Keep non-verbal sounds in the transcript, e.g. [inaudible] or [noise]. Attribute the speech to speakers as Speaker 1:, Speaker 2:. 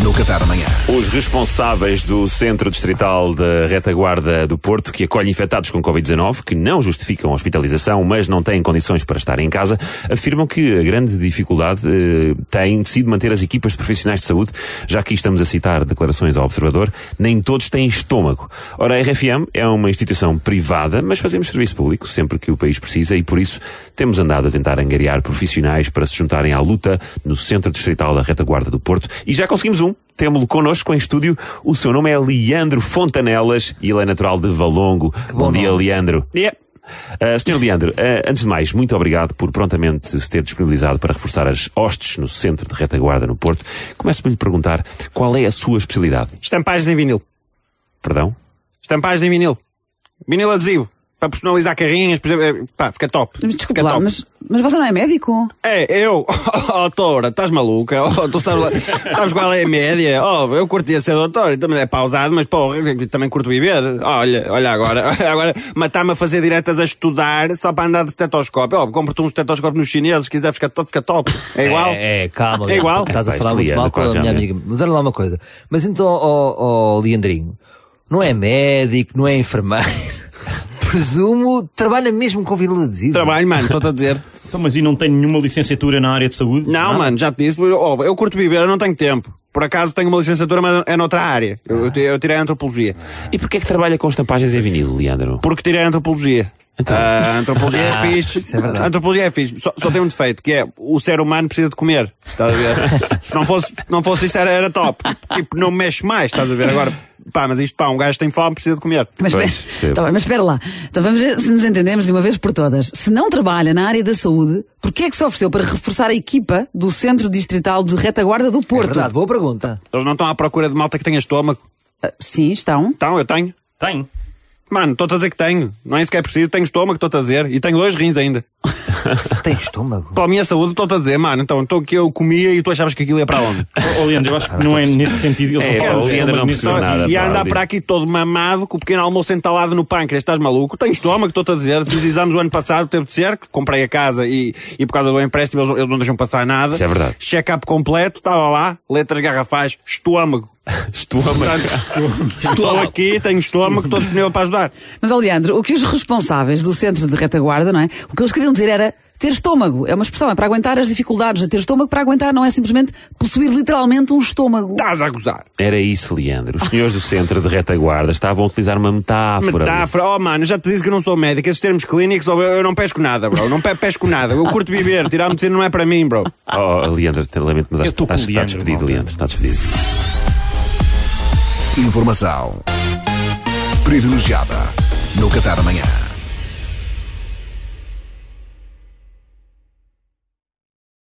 Speaker 1: no Café da Manhã.
Speaker 2: Os responsáveis do Centro Distrital da Retaguarda do Porto, que acolhe infectados com Covid-19, que não justificam a hospitalização, mas não têm condições para estar em casa, afirmam que a grande dificuldade eh, tem sido manter as equipas de profissionais de saúde, já que estamos a citar declarações ao Observador, nem todos têm estômago. Ora, a RFM é uma instituição privada, mas fazemos serviço público sempre que o país precisa e, por isso, temos andado a tentar angariar profissionais para se juntarem à luta no Centro Distrital da Retaguarda do Porto e já conseguimos um. Temos-lo connosco em estúdio. O seu nome é Leandro Fontanelas e ele é natural de Valongo. Bom, dia, Leandro. Yeah. Ah, Sr. Leandro, ah, antes de mais, muito obrigado por prontamente se ter disponibilizado para reforçar as hostes no Centro de Retaguarda no Porto. Começo por lhe perguntar qual é a sua especialidade.
Speaker 3: Estampagens em vinil.
Speaker 2: Perdão?
Speaker 3: Estampagens em vinil. Vinil adesivo. Para personalizar carrinhas, por exemplo. eh, Pá, fica top.
Speaker 4: Mas Desculpa
Speaker 3: fica
Speaker 4: lá,
Speaker 3: top.
Speaker 4: mas, mas você não é médico?
Speaker 3: É, eu. [laughs] Oh, doutora, estás maluca? Oh, tu sabes, lá- sabes qual é a média? Oh, eu curtia ser doutor. e Também é pausado, mas porra, eu também curto viver. Olha, olha agora. [laughs] olha agora matar-me a fazer diretas a estudar só para andar de estetoscópio. Oh, compro-te um estetoscópio nos chineses. Se quiser, fica top, fica top. É igual?
Speaker 5: É, é, calma.
Speaker 3: É igual?
Speaker 5: Estás a
Speaker 2: Pá,
Speaker 5: falar
Speaker 2: isto
Speaker 5: muito
Speaker 2: liando
Speaker 5: mal com
Speaker 2: quase
Speaker 5: a
Speaker 2: já,
Speaker 5: minha
Speaker 2: né?
Speaker 5: amiga. Mas olha lá uma coisa. Mas então, ó, ó, ó, Leandrinho, não é médico, não é enfermeiro. [laughs] Presumo, trabalha mesmo com vinil adesivo.
Speaker 3: Trabalho, mano, estou-te a dizer.
Speaker 6: Então, mas e não tem nenhuma licenciatura na área de saúde?
Speaker 3: Não, mano, já te disse. ó, eu curto viver, eu não tenho tempo. Por acaso tenho uma licenciatura, mas é noutra área. Eu, eu ti- eu tirei a antropologia.
Speaker 2: E porquê é que trabalha com estampagens em vinil, Leandro?
Speaker 3: Porque tirei a antropologia. Ah, a antropologia
Speaker 5: [laughs]
Speaker 3: é fixe.
Speaker 5: Então. isso é verdade.
Speaker 3: A antropologia é fixe. Só, só tem um defeito, que é o ser humano precisa de comer. Estás a
Speaker 5: [laughs]
Speaker 3: ver? se não fosse, não fosse isso, era, era top. Tipo, não mexe mais, estás a ver? Agora, pá, mas isto, pá, um gajo tem fome, precisa de comer.
Speaker 4: Mas,
Speaker 2: Pois,
Speaker 4: espera-
Speaker 2: percebo.
Speaker 4: Tá bem, mas espera lá. Então vamos ver se nos entendemos de uma vez por todas. Se não trabalha na área da saúde, porquê é que se ofereceu para reforçar a equipa do Centro Distrital de Retaguarda do
Speaker 5: É
Speaker 4: Porto?
Speaker 5: verdade, boa pergunta.
Speaker 3: Eles não estão à procura de malta que tenha estômago.
Speaker 4: Ah, Sim, estão.
Speaker 3: Então, eu tenho.
Speaker 6: Tem.
Speaker 3: Mano, estou-te a dizer que tenho. Não é isso que é preciso, tenho estômago, estou-te a dizer. E tenho dois rins
Speaker 5: [laughs]
Speaker 3: ainda.
Speaker 5: Tem estômago.
Speaker 3: Para a minha saúde, estou-te a dizer, mano, então, então que eu comia e tu achavas que aquilo ia para
Speaker 2: [laughs]
Speaker 3: onde?
Speaker 6: Ô, Leandro, eu acho que não é nesse sentido. Eu só
Speaker 2: Ah, É,
Speaker 6: falo
Speaker 3: o Leandro
Speaker 6: de estômago
Speaker 2: não
Speaker 6: nesse
Speaker 2: percebeu
Speaker 6: sentido.
Speaker 2: nada.
Speaker 3: e a
Speaker 2: pá,
Speaker 3: andar
Speaker 2: digo.
Speaker 3: para aqui todo mamado, com o pequeno almoço entalado no pâncreas, estás maluco? Tenho estômago, estou-te a dizer. Fiz exames o ano passado, teve de ser, que comprei a casa e, e por causa do empréstimo eles, eles não deixam passar nada.
Speaker 2: Isso é verdade.
Speaker 3: Check-up completo, estava lá, letras garrafais, estômago.
Speaker 2: [laughs] Estômago. [laughs]
Speaker 3: Estou aqui, tenho estômago, estou disponível para ajudar.
Speaker 4: Mas, ó, Leandro, o que os responsáveis do Centro de Retaguarda, não é? O que eles queriam dizer era ter estômago. É uma expressão, é para aguentar as dificuldades. É ter estômago para aguentar, não é simplesmente possuir literalmente um estômago.
Speaker 3: Estás a gozar.
Speaker 2: Era isso, Leandro. Os senhores do centro de retaguarda estavam a utilizar uma metáfora.
Speaker 3: Metáfora, oh mano, já te disse que eu não sou médico. Esses termos clínicos, oh, eu eu não pesco nada, bro. Não pe pesco nada. Eu curto viver, tirar medicina não é para mim, bro.
Speaker 2: Oh, Leandro, te- lamento, mas acho,
Speaker 6: tô com
Speaker 2: acho que está
Speaker 6: Leandro,
Speaker 2: despedido,
Speaker 6: malta.
Speaker 2: Leandro. Está despedido.
Speaker 1: Informação privilegiada no Café da Manhã.